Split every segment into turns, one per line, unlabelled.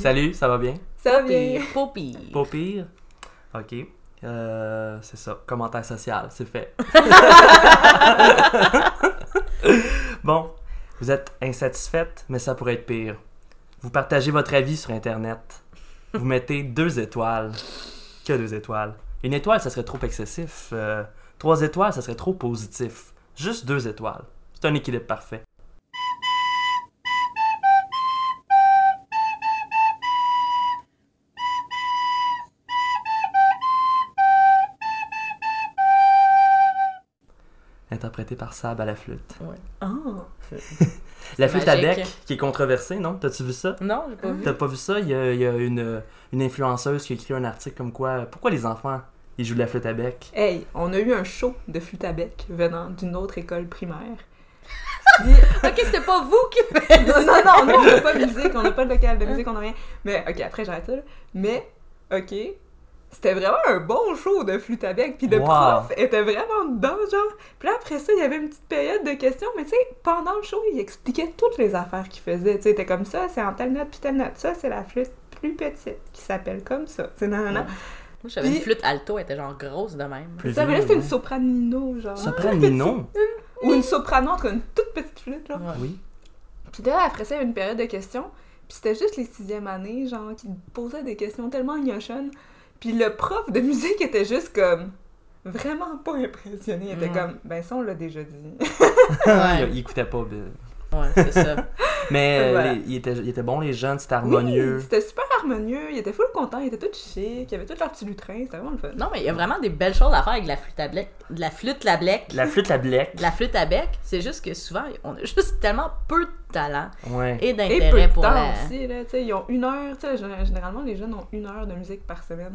Salut, ça va bien?
Ça va bien.
Pas pire.
Pas pire? Ok. Euh, c'est ça. Commentaire social, c'est fait. bon, vous êtes insatisfaite, mais ça pourrait être pire. Vous partagez votre avis sur Internet. Vous mettez deux étoiles. Que deux étoiles? Une étoile, ça serait trop excessif. Euh, trois étoiles, ça serait trop positif. Juste deux étoiles. C'est un équilibre parfait. Interprété par Sab à la flûte.
Ouais.
Oh.
La flûte à
magique.
bec, qui est controversée, non? T'as-tu vu ça?
Non, j'ai pas vu.
T'as pas vu ça? Il y a, il y a une, une influenceuse qui a écrit un article comme quoi euh, pourquoi les enfants ils jouent de la flûte à bec?
Hey, on a eu un show de flûte à bec venant d'une autre école primaire.
ok, c'était pas vous qui.
non, non, non, non, on n'a pas de musique, on n'a pas de local de musique, on n'a rien. Mais, ok, après j'arrête ça, là. Mais, ok, c'était vraiment un bon show de flûte à bec, puis le
Wow.
prof était vraiment dedans, genre. Puis là, après ça, il y avait une petite période de questions, mais tu sais, pendant le show, il expliquait toutes les affaires qu'il faisait. Tu sais, c'était comme ça, c'est en telle note, puis telle note. Ça, c'est la flûte plus petite qui s'appelle comme ça. Tu sais, non, non, non.
Moi, j'avais une
Puis-
flûte alto, elle était genre grosse de même.
Plus
Ça, mais là, c'était une
vieux,
sopranino, genre.
hein. Sopranino?
Ou une soprano, entre une toute petite flûte, genre.
Ouais.
Oui.
Puis là, après ça, il y a une période de questions. Puis c'était juste les sixième années, genre, qui posaient des questions tellement gnochonnes. Puis le prof de musique était juste comme vraiment pas impressionné. Il était
Ouais.
comme, ben ça, on l'a déjà dit.
Ouais.
il, il écoutait pas. Bill.
Ouais, c'est ça.
Mais euh,
Voilà.
les- il, était, il était bon, les jeunes, c'était
Oui,
harmonieux.
c'était super harmonieux. Ils étaient full contents. Ils étaient tous chics. Ils avaient tous leur petit lutrin. C'était vraiment le fun.
Non, mais il y a vraiment des belles choses à faire avec de la flûte à bec. De la flûte à bec.
La flûte à bec.
De la flûte à bec. C'est juste que souvent, on a juste tellement peu de talent
Ouais.
et
Et peu
d'intérêt
de
pour
temps
la.
aussi, là, tu sais, ils ont une heure, tu sais, gén- généralement les jeunes ont une heure de musique par semaine.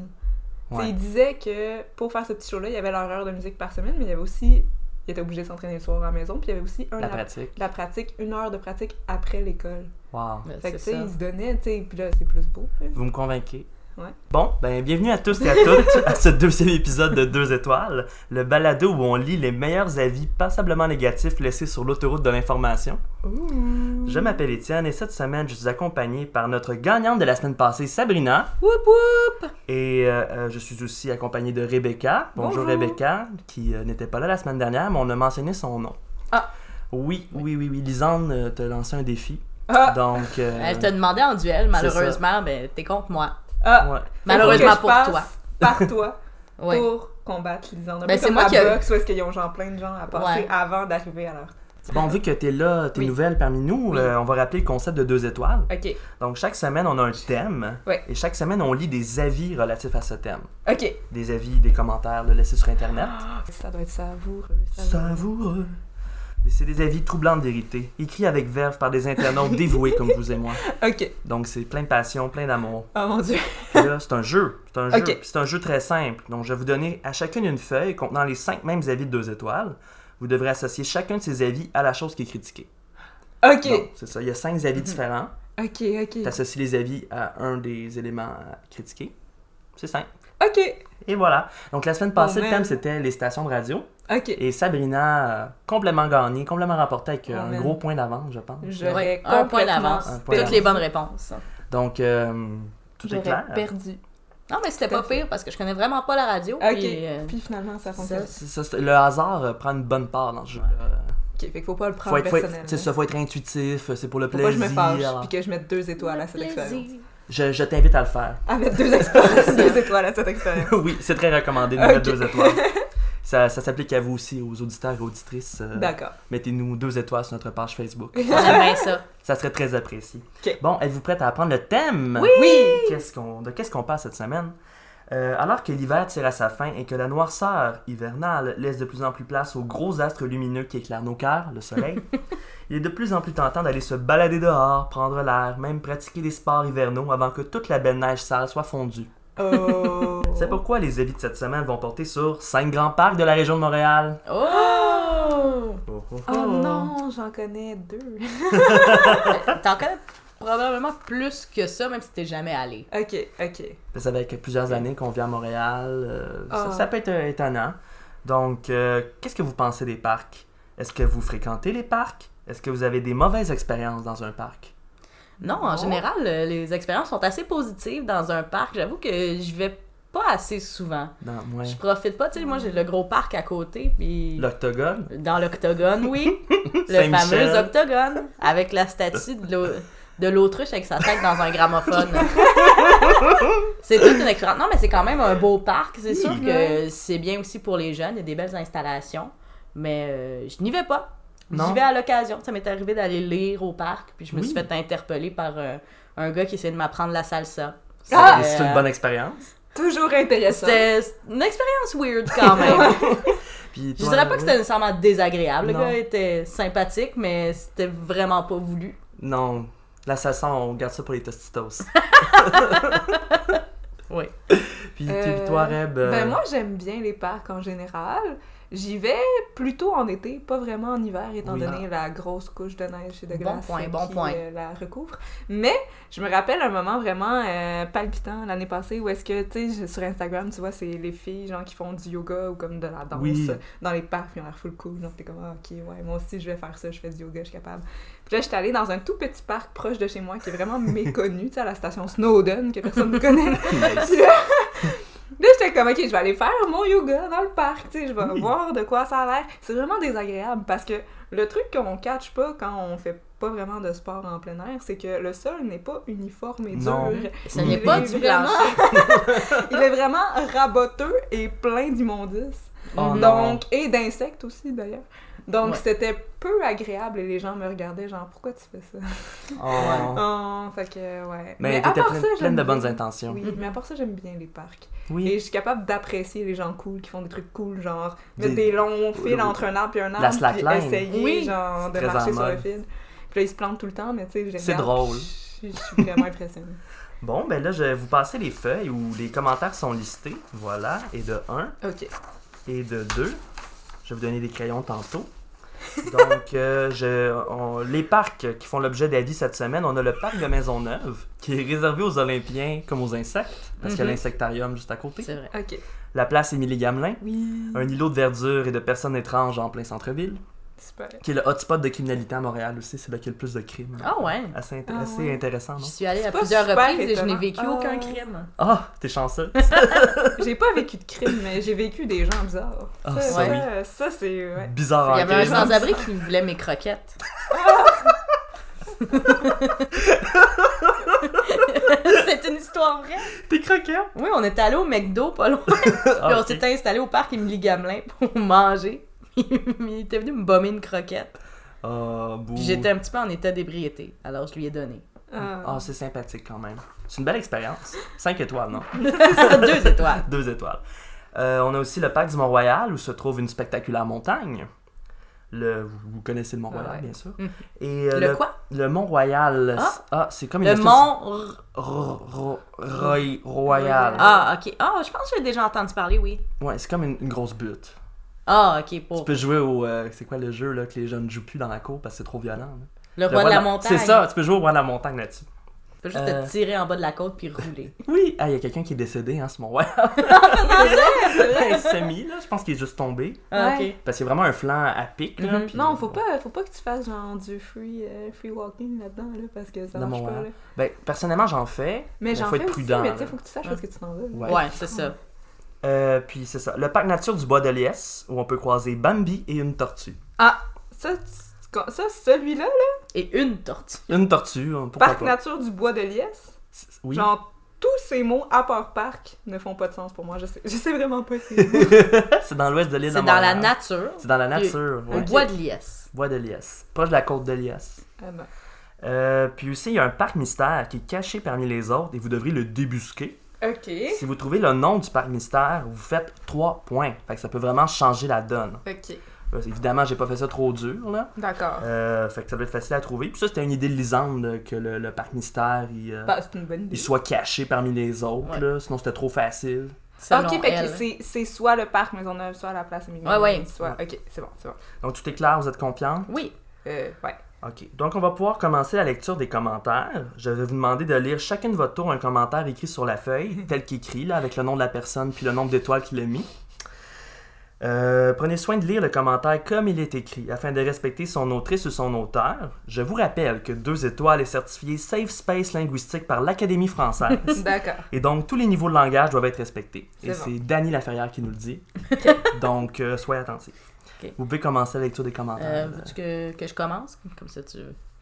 Tu sais,
Ouais.
Ils disaient que pour faire ce petit show-là, il y avait leur heure de musique par semaine, mais il y avait aussi, ils étaient obligés de s'entraîner le soir à la maison, puis il y avait aussi un
La
ap-
pratique.
la pratique, une heure de pratique après l'école.
Wow.
Mais
Fait que, tu
c'est
sais,
ça.
ils se donnaient, tu sais, puis là, c'est plus beau. Hein. là.
Vous me convainquez.
Ouais.
Bon, ben bienvenue à tous et à toutes à ce deuxième épisode de Deux Étoiles, le balado où on lit les meilleurs avis passablement négatifs laissés sur l'autoroute de l'information.
Ouh.
Je m'appelle Étienne et cette semaine, je suis accompagné par notre gagnante de la semaine passée, Sabrina.
Whoop whoop!
Et euh, euh, je suis aussi accompagné de Rebecca. Bonjour,
Bonjour.
Rebecca, qui euh, n'était pas là la semaine dernière, mais on a mentionné son nom.
Ah.
Oui, oui, oui, oui. Lisanne euh, te lançait un défi.
Ah,
Donc. euh,
Elle t'a demandé en duel, malheureusement, mais t'es contre moi.
ah,
ouais.
Malheureusement
Faut que je
pour
passe
toi.
Par toi,
Ouais.
pour combattre les gens.
Ben, c'est
c'est
moi
moi
qui a-
boxe, où est-ce qu'ils ont genre plein de gens à passer
Ouais.
avant d'arriver à leur.
Bon, vu que t'es là, t'es
Oui.
nouvelle parmi nous,
Oui.
euh, on va rappeler le concept de deux étoiles.
Ok,
Donc, chaque semaine, on a un thème.
Ouais.
Et chaque semaine, on lit des avis relatifs à ce thème.
ok.
Des avis, des commentaires là, laissés sur Internet.
Ah, Ça doit être savoureux.
Savoureux. C'est des avis troublants de vérité, écrits avec verve par des internautes dévoués comme vous et moi.
Ok.
Donc, c'est plein de passion, plein d'amour.
Oh mon dieu.
Puis là, c'est un jeu. C'est un jeu.
Ok.
Puis C'est un jeu très simple. Donc, je vais vous donner à chacune une feuille contenant les cinq mêmes avis de deux étoiles. Vous devrez associer chacun de ces avis à la chose qui est critiquée.
Ok.
Donc, c'est ça. Il y a cinq avis différents.
Ok, ok.
Tu associes les avis à un des éléments à critiquer. C'est simple.
Ok.
Et voilà. Donc, la semaine passée,
Oh,
le
man.
thème, c'était les stations de radio.
Ok.
Et Sabrina, euh, complètement gagnée, complètement remportée avec euh,
Oh,
un
man.
gros point d'avance, je pense.
J'aurais
Ouais, un point
complètement-
d'avance.
Un point
Toutes
d'avance.
les bonnes réponses.
Donc, euh, tout est clair.
J'aurais perdu.
Non, mais c'était
Tout à
pas
fait.
pire parce que je connais vraiment pas la radio.
Ok.
puis, euh,
Puis finalement, ça fonctionne.
Ça,
C'est ça, c'est- le hasard euh, prend une bonne part dans ce jeu-là.
Ok, fait qu'il faut pas le
Faut
prendre
être, faut être-
personnellement.
c'est ça, faut être intuitif, euh, c'est pour le
hein. Faut pas que je
plaisir.
me fâche puis que je mette deux étoiles à cette expérience.
plaisir.
Je, je t'invite à le faire.
À mettre deux, expériences- deux étoiles à cette expérience.
oui, c'est très recommandé de
Ok.
mettre deux étoiles. Ça, ça s'applique à vous aussi, aux auditeurs et auditrices. euh,
D'accord.
Mettez-nous deux étoiles sur notre page Facebook.
J'aime bien ça.
Ça serait très apprécié.
Ok.
Bon, êtes-vous prête à apprendre le thème?
Oui!
Qu'est-ce qu'on, de qu'est-ce qu'on parle cette semaine? Euh, alors que l'hiver tire à sa fin et que la noirceur hivernale laisse de plus en plus place aux gros astres lumineux qui éclairent nos cœurs, le soleil, il est de plus en plus tentant d'aller se balader dehors, prendre l'air, même pratiquer des sports hivernaux avant que toute la belle neige sale soit fondue.
Oh!
C'est pourquoi les avis de cette semaine vont porter sur cinq grands parcs de la région de Montréal.
Oh!
Oh, oh,
Oh non, j'en connais deux.
T'en connais probablement plus que ça, même si t'es jamais allé.
Ok, ok.
Ça fait que plusieurs années qu'on vit à Montréal. euh, ça,
Ah.
ça peut être euh, étonnant. Donc, euh, qu'est-ce que vous pensez des parcs? Est-ce que vous fréquentez les parcs? Est-ce que vous avez des mauvaises expériences dans un parc?
Non, en
Non.
général, euh, les expériences sont assez positives dans un parc. J'avoue que je vais pas assez souvent.
Dans, ouais.
Je profite pas, tu sais, moi j'ai le gros parc à côté, puis
L'octogone.
dans l'octogone, oui, le
Saint-Michel.
fameux octogone, avec la statue de l'au- de l'autruche avec sa tête dans un gramophone. c'est toute une expérience. Non, mais c'est quand même un beau parc. C'est sûr que c'est bien aussi pour les jeunes. Il y a des belles installations, mais euh, je n'y vais pas.
Non.
J'y vais à l'occasion. Ça m'est arrivé d'aller lire au parc, puis je me
Oui.
suis fait interpeller par euh, un gars qui essayait de m'apprendre la salsa. euh,
C'est
Ah!
c'est une bonne expérience.
Toujours intéressant.
C'était une expérience weird quand même.
Puis
Je
toi,
dirais pas que
oui.
c'était nécessairement désagréable.
Non.
Le gars était sympathique, mais c'était vraiment pas voulu.
Non, l'assassin, on garde ça pour les tostitos.
Oui.
Puis,
Euh,
puis toi, Reb. euh,
Ben moi j'aime bien les parcs en général. J'y vais plutôt en été, pas vraiment en hiver, étant
Oui.
donné la grosse couche de neige et de
Bon
glace
point,
euh,
bon
qui
point.
euh, la recouvre. Mais je me rappelle un moment vraiment euh, palpitant l'année passée où est-ce que, tu sais, je- sur Instagram, tu vois, c'est les filles genre qui font du yoga ou comme de la danse
Oui.
dans les parcs, puis on l'air full cool. Donc t'es comme, Ah, ok, ouais, moi aussi je vais faire ça, je fais du yoga, je suis capable. Puis là, j'étais allée dans un tout petit parc proche de chez moi qui est vraiment méconnu, tu sais, à la station Snowden, que personne ne connaît.
nice.
Puis là, là, j'étais comme, ok, je vais aller faire mon yoga dans le parc, tu sais, je vais
Oui.
voir de quoi ça a l'air. C'est vraiment désagréable parce que le truc qu'on catch pas quand on fait pas vraiment de sport en plein air, c'est que le sol n'est pas uniforme et dur.
Non.
Ce
Mm.
n'est pas du
Vraiment.
plancher.
Il est vraiment raboteux et plein d'immondices.
Oh
Donc,
non.
et d'insectes aussi d'ailleurs. Donc
Ouais.
c'était peu agréable et les gens me regardaient genre pourquoi tu fais ça?
Oh.
Oh, fait que ouais.
Mais
à
t'étais
part
pleine,
ça,
pleine de
j'aime
bonnes
bien.
intentions.
Oui, mais à part ça, j'aime bien les parcs.
Oui.
Et je suis capable d'apprécier les gens cool qui font des trucs cool, genre
Des-
mettre des longs fils
Oui.
entre un arbre et un
La
arbre, puis
slackline.
essayer
Oui.
genre de
C'est très
marcher
en
sur le
mode.
fil. Puis là, ils se plantent tout le temps, mais tu sais, je les
C'est
regarde,
drôle.
puis Je je suis vraiment impressionnée.
Bon, ben là, je vais vous passer les feuilles où les commentaires sont listés. Voilà. Et de 1
OK.
et de 2. Je vais vous donner des crayons tantôt. Donc, euh, je, on- les parcs qui font l'objet d'avis cette semaine, on a le parc de Maisonneuve, qui est réservé aux Olympiens comme aux insectes, parce qu'il y a
Mhm.
l'insectarium juste à côté.
C'est vrai.
OK.
La place Émilie-Gamelin,
Oui.
un îlot de verdure et de personnes étranges en plein centre-ville,
Super.
qui est le hotspot de criminalité à Montréal aussi, c'est là qu'il y a le plus de crimes.
Ah ouais.
Assez, int-
Ah
assez
ouais.
intéressant,
Je
non?
suis allée
C'est
à
pas
plusieurs
super
reprises et je n'ai
étonnant.
vécu
Ah.
aucun crime.
Ah, t'es chanceux!
J'ai pas vécu de crime, mais j'ai vécu des gens bizarres.
Ah,
ça,
ça,
ça, ça, c'est... Ouais.
Bizarre
Il y
en
avait un
crise.
ok.
sans-abri qui voulait mes croquettes. C'est une histoire vraie.
T'es croquant!
Oui, on était allé au McDo pas loin.
Ah,
Puis on s'était installé au parc Émilie Gamelin pour manger. Il était venu me bomber une croquette.
Ah, bouh.
Puis j'étais un petit peu en état d'ébriété. Alors je lui ai donné.
Ah,
Ah.
c'est sympathique quand même. C'est une belle expérience. 5 étoiles, non?
Deux étoiles.
Deux étoiles. Euh, on a aussi le parc du Mont-Royal où se trouve une spectaculaire montagne. Le, vous vous connaissez le Mont-Royal,
Ouais.
bien sûr.
Mhm.
Et euh,
Le quoi?
le Mont-Royal.
Ah!
c'est- Ah, c'est comme une
Le
espèce-
mont... R-
Ro- ro- roy- Royal.
Ah, ok. Ah, je pense que j'ai déjà entendu parler, oui.
Ouais, c'est comme une, une grosse butte.
Ah, ok,
Tu
pour
peux jouer au. euh, c'est quoi le jeu là, que les jeunes jouent plus dans la cour parce que c'est trop violent? là?
le
Le
roi de la montagne.
ben C'est ça, tu peux jouer au roi de la montagne là-dessus.
Tu peux juste
Euh.
te tirer en bas de la côte puis rouler.
Oui! Ah, il y a quelqu'un qui est décédé, hein, ce Mont-Royal.
Ah,
Un semi, là. Je pense qu'il est juste tombé.
Ah, ok.
Ouais.
Parce que c'est vraiment un flanc à pic, là.
Mhm.
puis-
Mm-hmm. mm. Non, faut pas, faut pas que tu fasses genre du free, euh, free walking là-dedans, là, parce que ça
Non,
marche
mais
pas,
ouais.
là.
Ben, personnellement, j'en fais.
Mais j'en
faut
fais
être
aussi,
prudent.
mais tu sais,
là.
faut que tu saches parce que tu t'en vas. là.
Ouais.
Ouais, c'est ça.
Euh, puis c'est ça. Le parc nature du Bois de Liesse, où on peut croiser Bambi et une tortue.
Ça, tu- ça celui-là, là,
Et une tortue.
Une tortue, hein, pourquoi
Parc
pas.
nature du bois de liesse,
C'est- Oui.
genre tous ces mots à part parc ne font pas de sens pour moi. Je sais, je sais vraiment pas si. ouais,
c'est dans l'ouest de l'île
C'est
de
dans
Montréal.
la nature.
C'est dans la nature,
Au
ouais.
bois de liesse.
Bois de Liesse. Proche de la côte de Liesse. Euh, puis aussi, il y a un parc mystère qui est caché parmi les autres et vous devrez le débusquer.
Ok.
Si vous trouvez le nom du parc mystère, vous faites 3 points. Fait que ça peut vraiment changer la donne.
Ok.
Euh, évidemment, j'ai pas fait ça trop dur, là.
D'accord.
Euh, fait que ça doit être facile à trouver. Puis ça, c'était une idée de Lisande là, que le, le parc mystère il, euh,
Bah, c'est une bonne idée.
il soit caché parmi les autres.
Ouais.
là. sinon, c'était trop facile.
Selon
Ah, ok, fait que
elle.
c'est- c'est soit le parc Maisonneuve, soit la place Émilie.
Ouais, ouais.
Soit... Ok, c'est bon, c'est bon.
Donc, tout est clair, vous êtes confiants?
Oui.
Euh, ouais.
OK. Donc, on va pouvoir commencer la lecture des commentaires. Je vais vous demander de lire chacun de votre tour un commentaire écrit sur la feuille, tel qu'écrit, là, avec le nom de la personne puis le nombre d'étoiles qu'il a mis. Euh, prenez soin de lire le commentaire comme il est écrit afin de respecter son autrice ou son auteur. Je vous rappelle que Deux Étoiles est certifié Safe Space Linguistique par l'Académie française.
D'accord.
Et donc, tous les niveaux de langage doivent être respectés.
C'est
Et
bon.
c'est Dany Laferrière qui nous le dit. donc, euh, soyez attentifs.
Ok.
Vous pouvez commencer la lecture des commentaires.
Euh, veux-tu que, que je commence? Comme ça, tu,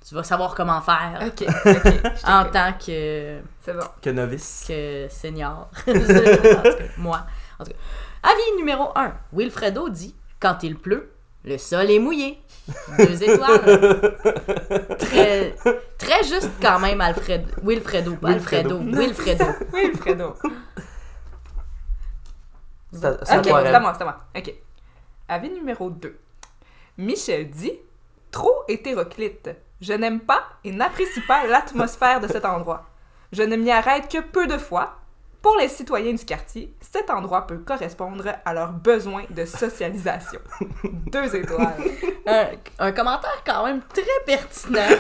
tu vas savoir comment faire
Ok, ok. je
en
t'écoute.
tant que,
C'est bon.
Que novice.
que senior. En tout cas, moi. En tout cas. Avis numéro 1. Wilfredo dit Quand il pleut, le sol est mouillé. Deux étoiles. très, très juste quand même, Alfred, Wilfredo. Pas Alfredo.
Wilfredo.
Wilfredo.
Oui, Fredo. Ok,
C'est à- c'est à
c'est
toi,
à
Ren.
moi, c'est à moi. Ok. Avis numéro 2. Michel dit Trop hétéroclite. Je n'aime pas et n'apprécie pas l'atmosphère de cet endroit. Je ne m'y arrête que peu de fois. Pour les citoyens du quartier, cet endroit peut correspondre à leurs besoins de socialisation. Deux étoiles.
un, un commentaire quand même très pertinent.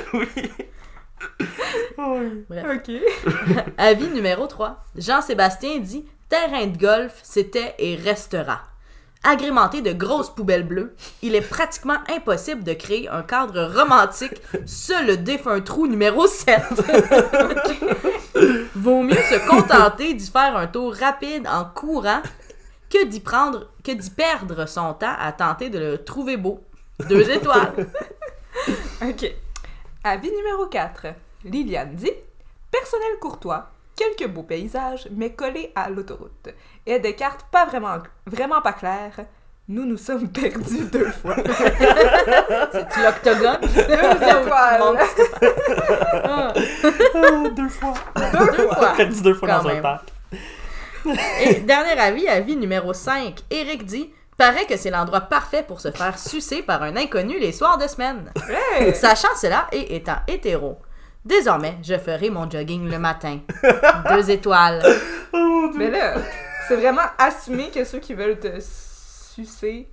Bref.
Ok.
Avis numéro 3. Jean-Sébastien dit Terrain de golf, c'était et restera. Agrémenté de grosses poubelles bleues, il est pratiquement impossible de créer un cadre romantique. Seul le défunt trou numéro 7. Vaut mieux se contenter d'y faire un tour rapide en courant que d'y prendre que d'y perdre son temps à tenter de le trouver beau. Deux étoiles.
Ok. Avis numéro 4. Liliane dit Personnel courtois, quelques beaux paysages, mais collés à l'autoroute. Et des cartes pas vraiment, vraiment pas claires. Nous nous sommes perdus deux fois.
C'est l'octogone.
étoiles.
Tout le monde se fait. Ah.
Ah, deux fois.
Deux fois.
T'as dit deux fois
Quand
dans
même.
un parc.
Et dernier avis, avis numéro 5. Eric dit Paraît que c'est l'endroit parfait pour se faire sucer par un inconnu les soirs de semaine.
Hey!
Sachant cela et étant hétéro, désormais je ferai mon jogging le matin. Deux étoiles.
Ah,
mais là, c'est vraiment assumer que ceux qui veulent te sucer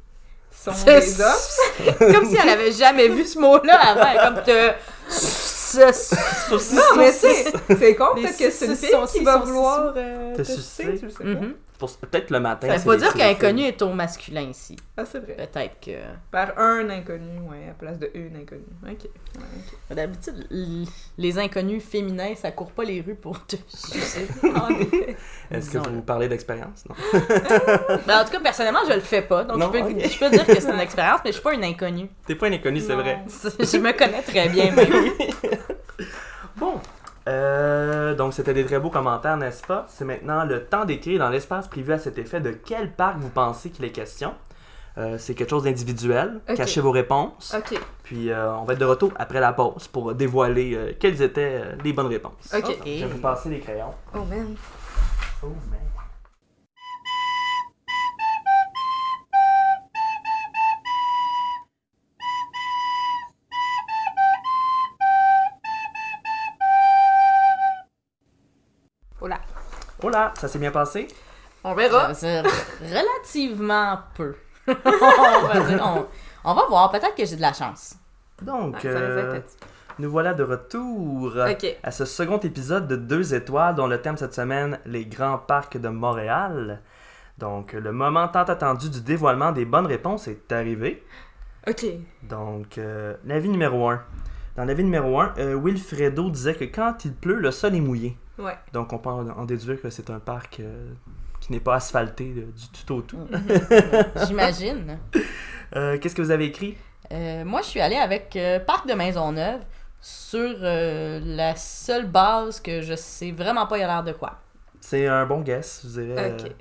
sont
C'est
des hommes.
Comme si elle avait jamais vu ce mot-là avant. Elle est Comme te. se-
Saucisse.
Non, mais c'est c'est con,
Les
peut-être que c'est une
suces
fille
sont-
qui va
sont-
vouloir euh,
Te
te
sucer.
sucer, tu le sais pas.
Mhm.
Pour- Peut-être le matin.
Ça
c'est
veut pas
les-
dire
c'est les
qu'inconnu
filles.
est au masculin ici.
Ah, c'est vrai.
Peut-être que.
Par un inconnu, ouais, à place de une inconnue. Ok. Ouais, ok.
D'habitude, l- les inconnus féminins, ça court pas les rues pour te sucer.
Est-ce que
Disons-le.
vous parlez d'expérience? Non.
Ben, en tout cas, personnellement, je le fais pas. Donc,
Non,
je, peux,
ok.
je peux dire que c'est une expérience, mais je suis pas une inconnue.
T'es pas un inconnu, c'est
Non.
vrai.
Je me connais très bien, même.
Bon. Euh, donc, c'était des très beaux commentaires, n'est-ce pas? C'est maintenant le temps d'écrire dans l'espace privé à cet effet de quel parc vous pensez qu'il est question. Euh, c'est quelque chose d'individuel.
Ok.
Cachez vos réponses.
Ok,
Puis, euh, on va être de retour après la pause pour dévoiler euh, quelles étaient euh, les bonnes réponses.
ok.
Ok.
Je vais vous passer les crayons.
Oh man.
Oh, man.
Oh là.
Oh là, ça s'est bien passé?
On
Ça
verra.
veut dire relativement peu. on, va dire- on- on va voir. Peut-être que j'ai de la chance.
Ah,
Donc,
ça
euh,
les aide.
nous voilà de retour
Ok.
à ce second épisode de Deux étoiles dont le thème cette semaine, les grands parcs de Montréal. Donc, le moment tant attendu du dévoilement des bonnes réponses est arrivé.
Ok.
Donc, euh, l'avis numéro 1. Dans l'avis numéro 1, Wilfredo disait que quand il pleut, le sol est mouillé.
Ouais.
Donc, on peut en en déduire que c'est un parc euh, qui n'est pas asphalté euh, du tout au tout.
Mm.
J'imagine.
Euh, Qu'est-ce que vous avez écrit?
Euh, moi, je suis allée avec euh, Parc de Maisonneuve sur euh, la seule base que je sais vraiment pas, il a l'air de quoi.
C'est un bon guess, je dirais.
Ok.
euh,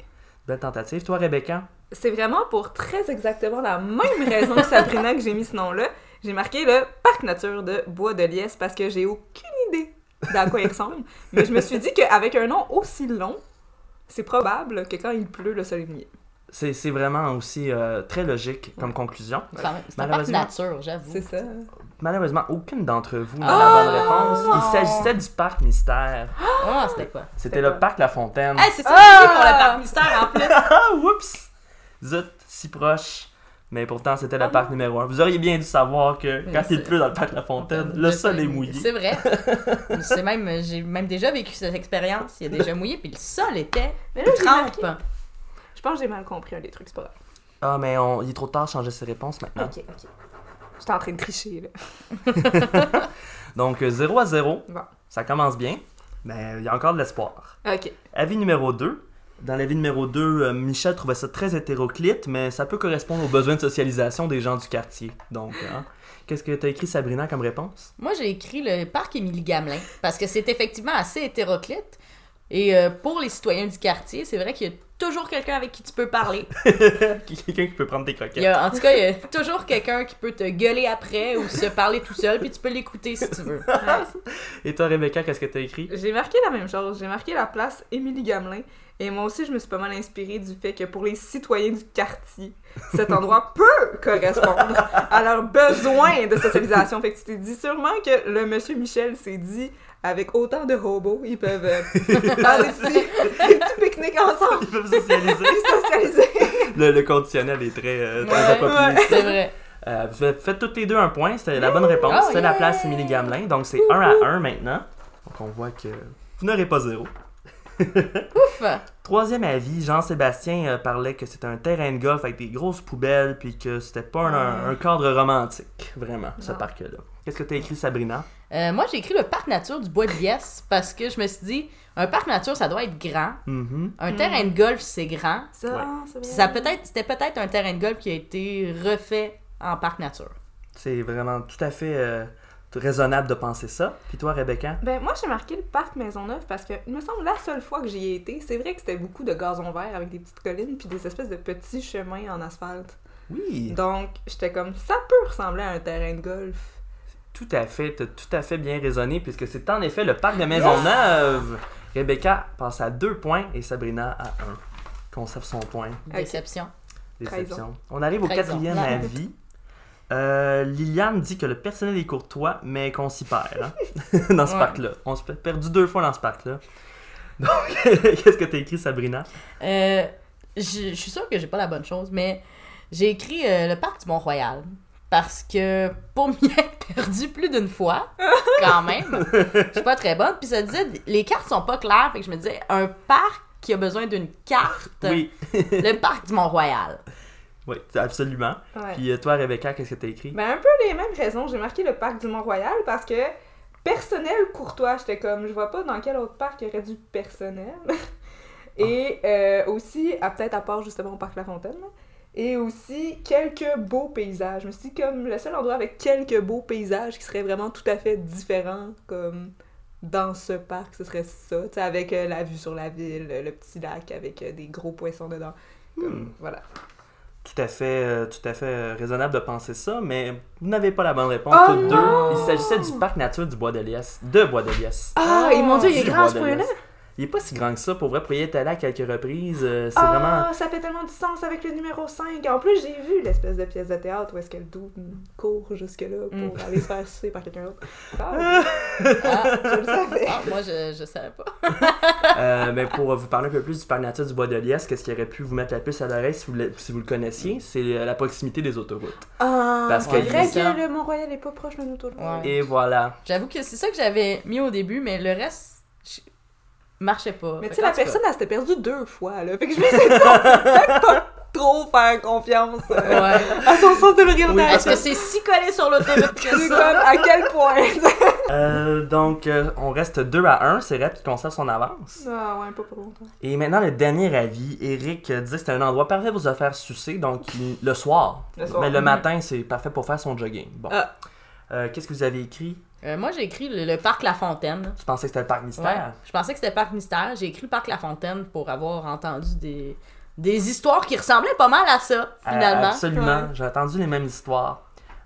belle tentative. Toi, Rebecca?
C'est vraiment pour très exactement la même raison que Sabrina que j'ai mis ce nom-là. J'ai marqué le parc nature de Bois de Liesse parce que j'ai aucune idée d'à quoi il ressemble. Mais je me suis dit qu'avec un nom aussi long, c'est probable que quand il pleut, le soleil est mouillé.
C'est c'est vraiment aussi euh, très logique comme conclusion.
C'est un- c'est un parc
Malheureusement.
nature, j'avoue.
C'est ça.
Malheureusement, aucune d'entre vous n'a
Ah,
la bonne réponse. Il s'agissait du parc mystère.
Ah, c'était quoi?
C'était le parc La Fontaine.
Hey, c'est ça
Ah!
j'ai dit pour le parc mystère hein? en plus.
Ah, oups! Zut, si proche. Mais pourtant, c'était le parc numéro 1. Vous auriez bien dû savoir que quand
Oui,
il
Ah. c'est-
pleut dans le parc La Fontaine, le sol est mouillé.
C'est vrai. C'est même, j'ai même déjà vécu cette expérience. Il a déjà mouillé, puis le sol était
Mais là, j'ai marqué-
trempe.
Je pense que j'ai mal compris un des trucs, c'est pas grave.
Ah, mais on- il est trop tard de changer ses réponses maintenant.
Ok, ok. J'étais en train de tricher, là.
Donc, 0 à 0,
Bon.
ça commence bien, mais il y a encore de l'espoir.
Ok.
Avis numéro 2. Dans l'avis numéro 2, euh, Michel trouvait ça très hétéroclite, mais ça peut correspondre aux besoins de socialisation des gens du quartier. Donc, hein, qu'est-ce que t'as écrit, Sabrina, comme réponse?
Moi, j'ai écrit le parc Émilie Gamelin parce que c'est effectivement assez hétéroclite. Et euh, pour les citoyens du quartier, c'est vrai qu'il y a toujours quelqu'un avec qui tu peux parler.
Quelqu'un qui peut prendre tes
Il
croquettes.
y a- en tout cas, il y a toujours quelqu'un qui peut te gueuler après ou se parler tout seul, puis tu peux l'écouter si tu veux.
Ouais.
Et toi, Rebecca, qu'est-ce que t'as écrit?
J'ai marqué la même chose. J'ai marqué la place Émilie Gamelin. Et moi aussi, je me suis pas mal inspirée du fait que pour les citoyens du quartier, cet endroit peut correspondre à leurs besoins de socialisation. Fait que tu t'es dit sûrement que le monsieur Michel s'est dit avec autant de hobos, ils peuvent euh, faire des petits, des petits pique-niques ensemble,
Ils peuvent socialiser.
puis socialiser.
le, le conditionnel est très, euh, très
Ouais,
approprié.
C'est vrai.
Euh, vous faites faites toutes les deux un point, c'était la bonne réponse.
Oh,
c'était la
yeah!
place Émilie Gamelin, donc c'est 1 à 1 maintenant. Donc on voit que vous n'aurez pas zéro.
Ouf.
Troisième avis, Jean-Sébastien euh, parlait que c'était un terrain de golf avec des grosses poubelles, puis que c'était pas un, un- un cadre romantique, vraiment, ce
Non.
parc-là. Qu'est-ce que t'as écrit, Sabrina?
Euh, moi, j'ai écrit le parc nature du Bois de Liesse parce que je me suis dit, un parc nature, ça doit être grand.
Mhm.
Un
Mm.
terrain de golf, c'est grand.
Ça,
Ouais.
c'est
Puis
vrai.
ça peut-être, c'était peut-être un terrain de golf qui a été refait en parc nature.
C'est vraiment tout à fait euh, raisonnable de penser ça. Puis toi, Rebecca?
Ben, moi, j'ai marqué le parc Maisonneuve parce que, il me semble, la seule fois que j'y ai été, c'est vrai que c'était beaucoup de gazon vert avec des petites collines puis des espèces de petits chemins en asphalte.
Oui!
Donc, j'étais comme, ça peut ressembler à un terrain de golf.
Tout à fait, t'as tout à fait bien raisonné, puisque c'est en effet le parc de Maisonneuve. Rebecca passe à 2 points et Sabrina à 1. Conserve son point.
Ok.
Déception.
Déception. On arrive au
Trahison.
quatrième
La
avis. Euh, Liliane dit que le personnel est courtois, mais qu'on s'y perd hein, dans ce
Ouais.
parc-là. On s'est perdu deux fois dans ce parc-là. Donc, qu'est-ce que t'as écrit, Sabrina?
Euh, je je suis sûre que j'ai pas la bonne chose, mais j'ai écrit euh, le parc du Mont-Royal. Parce que pour m'y être perdu plus d'une fois, quand même, je suis pas très bonne. Puis ça disait, les cartes sont pas claires. Fait que je me disais, un parc qui a besoin d'une carte,
Oui,
le parc du Mont-Royal.
oui, absolument.
Ouais.
Puis euh, toi, Rebecca, qu'est-ce que t'as écrit?
Ben, un peu les mêmes raisons. J'ai marqué le parc du Mont-Royal parce que personnel courtois, j'étais comme, je vois pas dans quel autre parc il y aurait du personnel. Et euh, aussi, à- peut-être à part justement au parc La Fontaine. là. Et aussi, quelques beaux paysages. Je me suis dit, comme le seul endroit avec quelques beaux paysages qui serait vraiment tout à fait différent, comme dans ce parc, ce serait ça. Tu sais, avec euh, la vue sur la ville, le petit lac avec euh, des gros poissons dedans. Comme, Voilà.
Tout à fait, euh, tout à fait euh, raisonnable de penser ça, mais vous n'avez pas la bonne réponse,
Oh
toutes
non!
deux. Il s'agissait du parc nature du Bois de Liesse. De Bois de Liesse.
Ah, et mon dieu, il est
Du
grand à
Bois
ce
de
point-là!
Liesse. Il est pas si grand que ça, pour vrai, pour y être allé à quelques reprises, euh, c'est vraiment...
Ah, ça fait tellement de sens avec le numéro 5. En plus, j'ai vu l'espèce de pièce de théâtre où est-ce que le double court jusque-là pour
Mm.
aller se faire sucer par quelqu'un d'autre. Ah,
Ah,
je le savais.
ah, moi, je, je savais pas.
Euh, mais pour vous parler un peu plus du parc nature du Bois de Liesse, qu'est-ce qui aurait pu vous mettre la puce à l'oreille si vous le, si vous le connaissiez, c'est euh, la proximité des autoroutes.
Ah,
Parce
c'est
que-
vrai
ça.
que le Mont-Royal est pas proche de nous tout le monde.
Ouais.
Et voilà.
J'avoue que c'est ça que j'avais mis au début, mais le reste je- marchait pas.
Mais
Fait
tu sais,
qu'en
la
tout cas,
personne, elle s'était perdue deux fois, là. Fait que je me suis dit, on peut peut-être pas trop faire confiance euh,
Ouais.
à son sens de l'orientation.
Est-ce que c'est si collé sur l'autoroute que
C'est comme
ça?
à quel point.
Euh, donc, euh, on reste 2 à 1, c'est Red qui conserve son avance.
ah, ouais, pas pour longtemps.
Et maintenant, le dernier avis, Eric euh, disait que c'était un endroit parfait pour se faire sucer, donc il- le soir.
Le soir. Mhm.
Mais le matin, c'est parfait pour faire son jogging. Bon.
Ah.
Euh, Qu'est-ce que vous avez écrit
Euh, moi, j'ai écrit le, le parc La Fontaine.
Tu pensais que c'était le parc mystère
Je pensais que c'était parc mystère. J'ai écrit le parc La Fontaine pour avoir entendu des, des histoires qui ressemblaient pas mal à ça,
Euh,
finalement.
Absolument,
Ouais.
j'ai entendu les mêmes histoires.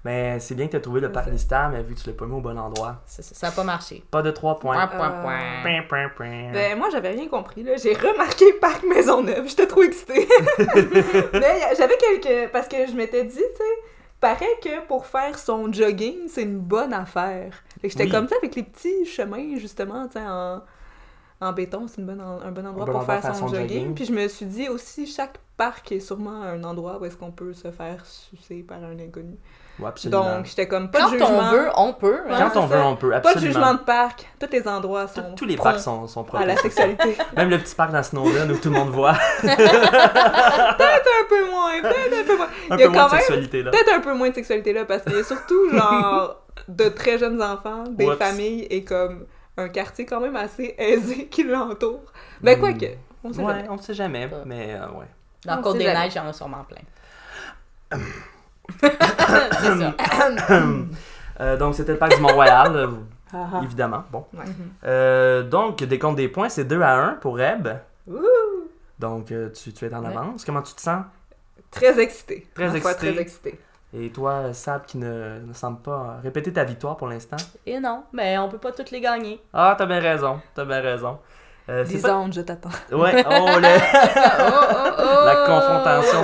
Mais c'est bien que tu as trouvé le
C'est
parc
ça.
mystère, mais vu que tu l'as pas mis au bon endroit.
ça, ça- ça a pas marché.
Pas de 3 points.
Point, point,
Euh,
point.
Pin, pin, pin.
Ben, moi, j'avais rien compris, là. J'ai remarqué Parc Maisonneuve. J'étais trop excitée. Mais euh, j'avais quelques. Parce que je m'étais dit, tu sais, paraît que pour faire son jogging, c'est une bonne affaire. Fait que j'étais
Oui.
comme ça avec les petits chemins, justement, tu sais, en. En béton, c'est une bonne en- un bon endroit
Un bon
pour
endroit
faire son, jogging.
jogging.
Puis je me suis dit aussi, chaque parc est sûrement un endroit où est-ce qu'on peut se faire sucer par un inconnu.
Ouais, absolument.
Donc, j'étais comme pas
Quand
de jugement.
on veut, on peut. hein.
Quand on
c'est
veut,
ça.
on peut,
Pas de jugement
absolument.
de parc. Tous les endroits
Tous-
sont
Tous les
pros
parcs sont, sont
à la
protégés.
sexualité.
Même le petit parc dans Snowden où tout le monde voit
peut-être un peu moins, peut-être un peu moins.
un
Il y a
peu moins
quand
de
même
sexualité là.
peut-être un peu moins de sexualité là parce qu'il y a surtout genre de très jeunes enfants, des
Oups.
familles et comme un quartier quand même assez aisé qui l'entoure. Ben
Hmm.
quoi que, on sait
Ouais,
jamais.
on sait jamais,
Pas.
mais euh, ouais.
Dans
On
Côte
sait
des
jamais.
Neiges, il y en a sûrement plein. c'est ça.
Euh, donc, c'était le parc du Mont-Royal, euh,
Ah, ah.
évidemment. Bon.
Ouais.
Mhm.
Euh, donc, décompte des points, c'est 2 à 1 pour Reb.
Ouh.
Donc, euh, tu, tu es en
Ouais.
avance. Comment tu te sens?
Très excité.
Très
Ma foi,
excité.
Très excité.
Et toi, euh, Sab, qui ne, ne semble pas euh, répéter ta victoire pour l'instant.
Et non, mais on peut pas toutes les gagner.
Ah, t'as bien raison. T'as bien raison. Euh,
Ben,
c'est pas-
je t'attends.
Ouais, oh, le-
oh,
la
La
confrontation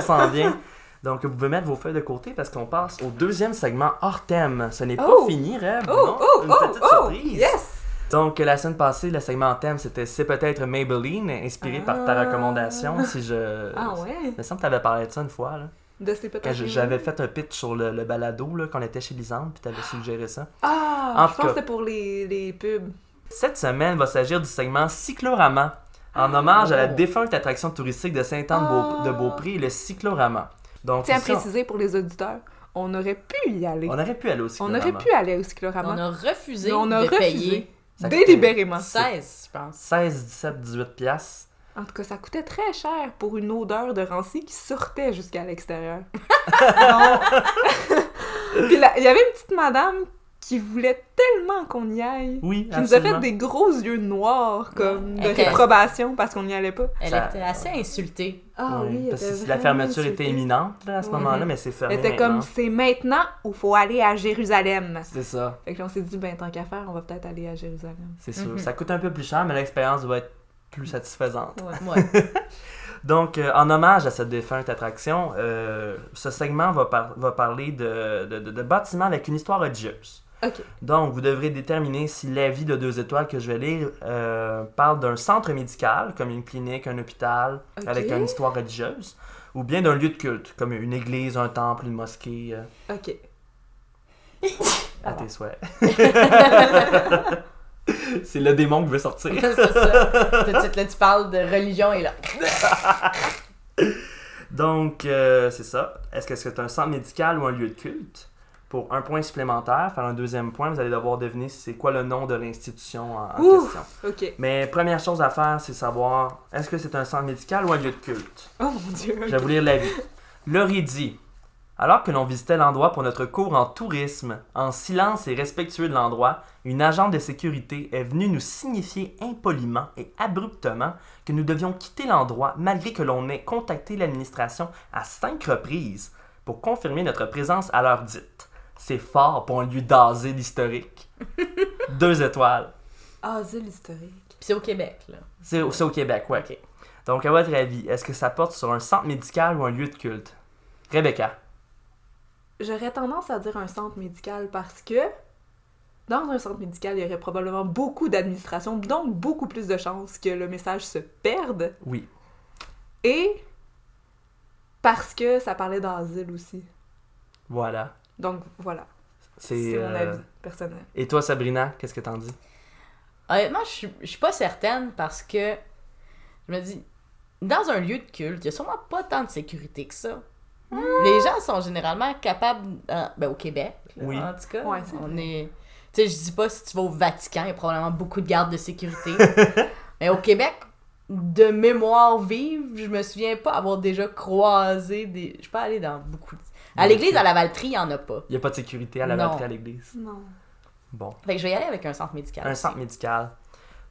s'en vient. Donc, vous pouvez mettre vos feuilles de côté parce qu'on passe au deuxième segment hors thème. Ce n'est
Oh!
pas fini, Reb.
Oh,
non?
oh,
Une
oh,
petite
oh!
surprise.
Yes!
Donc, la semaine passée, le segment en thème, c'était C'est peut-être Maybelline, inspiré par ta
Ah.
recommandation. Si je.
Ah ouais?
Il me semble que t'avais parlé de ça une fois, là.
De ces
Quand
peut-être.
je- j'avais fait un pitch sur le, le balado, là, qu'on était chez Lisande, puis t'avais suggéré ça. En
Ah!
tout
Je pense
cas.
que c'était pour les, les pubs.
Cette semaine va s'agir du segment Cyclorama, en hommage à
Oh!
la défunte attraction touristique de Saint-Anne de Beau- de Beaupré, le Cyclorama. Donc,
Tiens à
ici, on-
préciser pour les auditeurs, on aurait pu y aller.
on aurait pu aller au
On
Cyclorama.
aurait pu aller au cyclorama.
On a refusé
Mais on a
de
refusé.
payer
Ça coûtait
Délibérément.
16, je pense.
16, 17, 18 piastres.
En tout cas, ça coûtait très cher pour une odeur de ranci qui sortait jusqu'à l'extérieur. Non. Puis là, il y avait une petite madame qui voulait tellement qu'on y aille.
Oui,
Qui nous a
absolument.
fait des gros yeux noirs, comme de
Elle était-
réprobation, parce qu'on n'y allait pas.
Elle
Ça-
était assez insultée.
Ah
Ouais,
oui,
parce que la fermeture était imminente là, à ce
Mhm.
moment-là, mais c'est fermé
Elle était
maintenant.
comme, c'est maintenant ou faut aller à Jérusalem.
C'est ça,
Fait que là, on s'est dit, ben tant qu'à faire, on va peut-être aller à Jérusalem.
c'est sûr.
Mhm.
Ça coûte un peu plus cher, mais l'expérience va être plus satisfaisante.
Ouais.
Donc, euh, en hommage à cette défunte attraction, euh, ce segment va, par- va parler de, de, de- de bâtiments avec une histoire odieuse.
Ok.
Donc, vous devrez déterminer si l'avis de deux étoiles que je vais lire euh, parle d'un centre médical, comme une clinique, un hôpital,
Ok.
avec une histoire religieuse, ou bien d'un lieu de culte, comme une église, un temple, une mosquée, euh,
Ok.
à tes souhaits. C'est le démon qui veut sortir.
c'est ça. Tout de suite, là, tu parles de religion et là.
Donc, euh, c'est ça. Est-ce que est-ce que c'est un centre médical ou un lieu de culte? Pour un point supplémentaire, faire un deuxième point, vous allez devoir deviner c'est quoi le nom de l'institution en, en
Ouh!
question.
Ok.
Mais première chose à faire, c'est savoir est-ce que c'est un centre médical ou un lieu de culte?
Oh mon dieu.
Je vais vous lire l'avis. Laurie dit Alors que l'on visitait l'endroit pour notre cours en tourisme, en silence et respectueux de l'endroit, une agente de sécurité est venue nous signifier impoliment et abruptement que nous devions quitter l'endroit malgré que l'on ait contacté l'administration à cinq reprises pour confirmer notre présence à l'heure dite. C'est fort pour lui daser l'historique. Deux étoiles.
Ah, c'est l'historique.
Puis c'est au Québec, là.
C'est au, c'est au Québec, ouais.
Ok.
Donc, à votre avis, est-ce que ça porte sur un centre médical ou un lieu de culte Rebecca.
J'aurais tendance à dire un centre médical parce que dans un centre médical, il y aurait probablement beaucoup d'administration, donc beaucoup plus de chances que le message se perde.
Oui.
Et parce que ça parlait d'asile aussi.
Voilà.
Donc voilà,
C'est
c'est mon
euh,
avis personnel.
Et toi, Sabrina, qu'est-ce que t'en dis
Honnêtement, je suis- je suis pas certaine parce que je me dis, dans un lieu de culte, il y a sûrement pas tant de sécurité que ça.
Hmm.
Les gens sont généralement capables, euh, ben, au Québec, là,
Oui.
en tout cas,
Ouais, c'est
on est... Tu sais, je dis pas si tu vas au Vatican, il y a probablement beaucoup de gardes de sécurité. Mais au Québec, de mémoire vive, je me souviens pas avoir déjà croisé des... Je suis pas allée dans beaucoup de... À
Non
l'église,
plus.
à la Valtrie, il y en a pas.
Il n'y a pas de sécurité à la
Non.
batterie à l'église.
Non.
Bon.
Fait que je vais y aller avec un centre
Ah,
médical.
Un centre médical.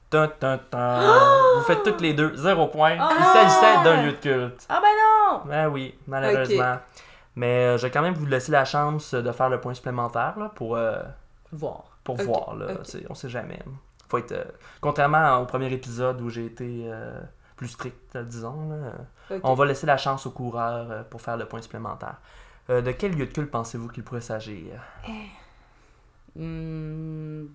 Tun, tun, tun. Vous faites toutes les deux zéro point. Il
Ah!
s'agissait d'un lieu de culte.
Ah ben non!
Ben oui, malheureusement. Mais euh, je vais quand même vous laisser la chance de faire le point supplémentaire là, pour, euh,
Voir.
pour
Ok,
voir. Là.
ok.
C'est- On sait jamais. Faut être, euh, contrairement au premier épisode où j'ai été euh, plus strict, disons, là, euh,
Ok.
on va laisser la chance au coureur euh, pour faire le point supplémentaire. Euh, de quel lieu de culte pensez-vous qu'il pourrait s'agir
Eh.
Hmm,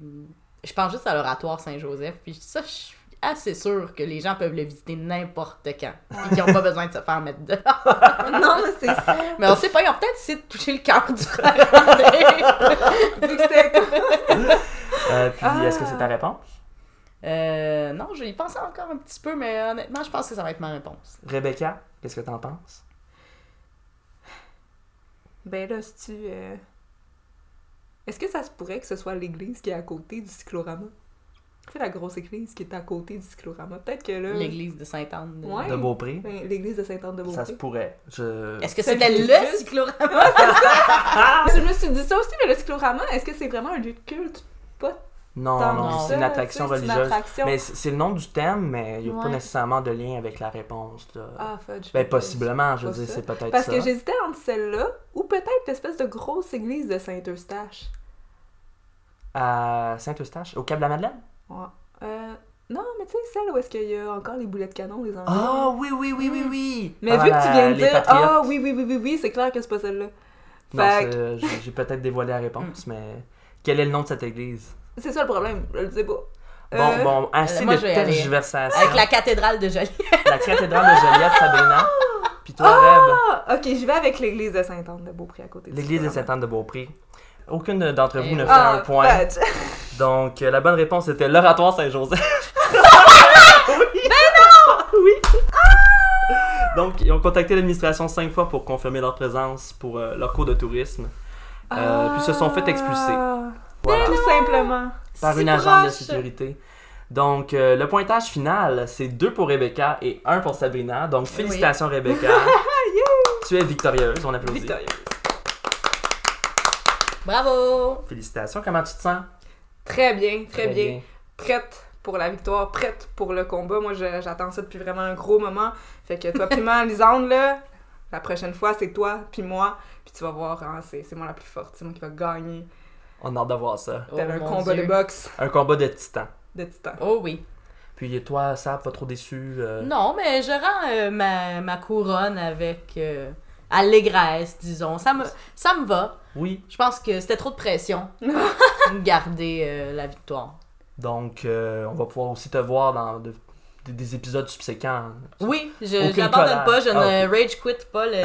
je pense juste à l'oratoire Saint-Joseph. Puis ça, je suis assez sûre que les gens peuvent le visiter n'importe quand. Et qu'ils n'ont pas besoin de se faire mettre dehors.
Oh, non, mais c'est ça.
Mais on sait pas, ils ont peut-être essayé de toucher le cœur du frère. André.
Vu que c'était-
Euh, puis,
Ah.
est-ce que c'est ta réponse?
euh, non, j'y pensais encore un petit peu, mais honnêtement, je pense que ça va être ma réponse.
Rebecca, qu'est-ce que t'en penses?
Ben là, si tu. euh, Est-ce que ça se pourrait que ce soit l'église qui est à côté du cyclorama? Tu sais, la grosse église qui est à côté du cyclorama. Peut-être que là.
L'église de Sainte-Anne. de-
Euh. Ouais.
De Beaupré?
ben, L'église de Sainte-Anne-de-Beaupré.
Ça se pourrait. Je...
Est-ce que
Celle
c'était
qui
le
touche.
cyclorama?
Ah, Je me suis dit ça aussi, mais le cyclorama, est-ce que c'est vraiment un lieu de culte?
Non,
tant
non,
que
c'est une
ça,
attraction
tu sais, c'est une
religieuse.
attraction.
Mais c'est c'est le nom du thème, mais il n'y a pas
Ouais.
nécessairement de lien avec la réponse. Là.
Ah, fudge.
ben, possiblement, je veux
pas
dire,
ça.
c'est peut-être
Parce
ça.
que j'hésitais entre celle-là ou peut-être l'espèce de grosse église de Saint-Eustache.
À Saint-Eustache, au Cap de la Madeleine?
Ouais. Euh, non, mais tu sais, celle où est-ce qu'il y a encore les boulets de canon, les enfants.
Ah oui, oui, oui, oui, oui!
Mais
Avant
vu que tu
la-
viens de
les
dire,
Patriotes.
ah oui, oui, oui, oui, oui, c'est clair que c'est pas celle-là.
Non,
Fait
c'est- euh, j'ai- j'ai peut-être dévoilé la
Mm.
réponse, mais quel est le nom de cette église?
C'est ça le problème, je le sais pas.
Bon,
Euh,
bon, assez
moi,
de
je vais y aller.
tergiversation.
Avec la cathédrale de Jolie.
La cathédrale de Joliette, Sabrina. Puis toi, Reb,
Ah, ok, je vais avec l'église de Sainte-Anne de Beaupré à côté.
l'église de Sainte-Anne de Beaupré. Aucune d'entre vous
Eh
ne
oui.
fait un
Ah,
point. Donc, euh, la bonne réponse était l'oratoire Saint-Joseph.
Ben
oui. Donc, ils ont contacté l'administration cinq fois pour confirmer leur présence pour euh, leur cours de tourisme. Euh, puis se sont fait expulser.
Ben
Voilà.
Ah. Tout simplement.
Par
Si
une agente de
proche.
sécurité. Donc, euh, le pointage final, c'est 2 pour Rebecca et 1 pour Sabrina. Donc, félicitations, Rebecca. tu es victorieuse, on applaudit.
Victorieux.
Bravo!
Félicitations, comment tu te sens?
Très bien, très, bien. Prête pour la victoire, prête pour le combat. Moi, je- j'attends ça depuis vraiment un gros moment. Fait que toi, puis moi, Lisande, là, la prochaine fois, c'est toi, puis moi. Puis tu vas voir, hein, c'est c'est moi la plus forte, c'est moi qui va gagner.
On a hâte de voir ça.
Oh,
Tel un
mon
combat
Dieu.
de boxe
Un combat de titans.
de titans.
Oh oui.
Puis toi, ça, pas trop déçu? euh,
Non, mais je rends euh, ma, ma couronne avec euh, allégresse, disons. Ça me, ça me va.
Oui.
Je pense que c'était trop de pression de garder euh, la victoire.
Donc, euh, on va pouvoir aussi te voir dans de- des- des épisodes subséquents.
Oui,
Aucune
je je n'abandonne
colère.
pas, je
Ah,
ne rage quit pas le, le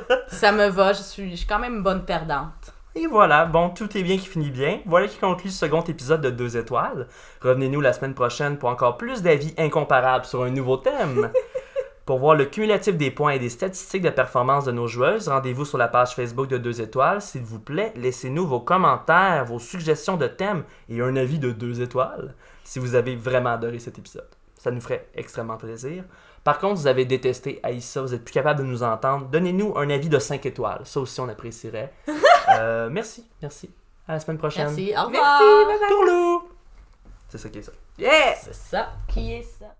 podcast. ça me va, je suis, je suis quand même une bonne perdante.
Et voilà, bon, tout est bien qui finit bien. Voilà qui conclut ce second épisode de Deux étoiles. Revenez-nous la semaine prochaine pour encore plus d'avis incomparables sur un nouveau thème. pour voir le cumulatif des points et des statistiques de performance de nos joueuses, rendez-vous sur la page Facebook de Deux étoiles. S'il vous plaît, laissez-nous vos commentaires, vos suggestions de thèmes et un avis de Deux étoiles si vous avez vraiment adoré cet épisode. Ça nous ferait extrêmement plaisir. Par contre, vous avez détesté Aïssa, vous êtes plus capable de nous entendre, donnez-nous un avis de 5 étoiles. Ça aussi, on apprécierait. Euh, merci, merci. À la semaine prochaine.
Merci, au revoir.
Merci, bye bye.
Tourlou! C'est ça qui est ça.
Yeah!
C'est ça qui est ça.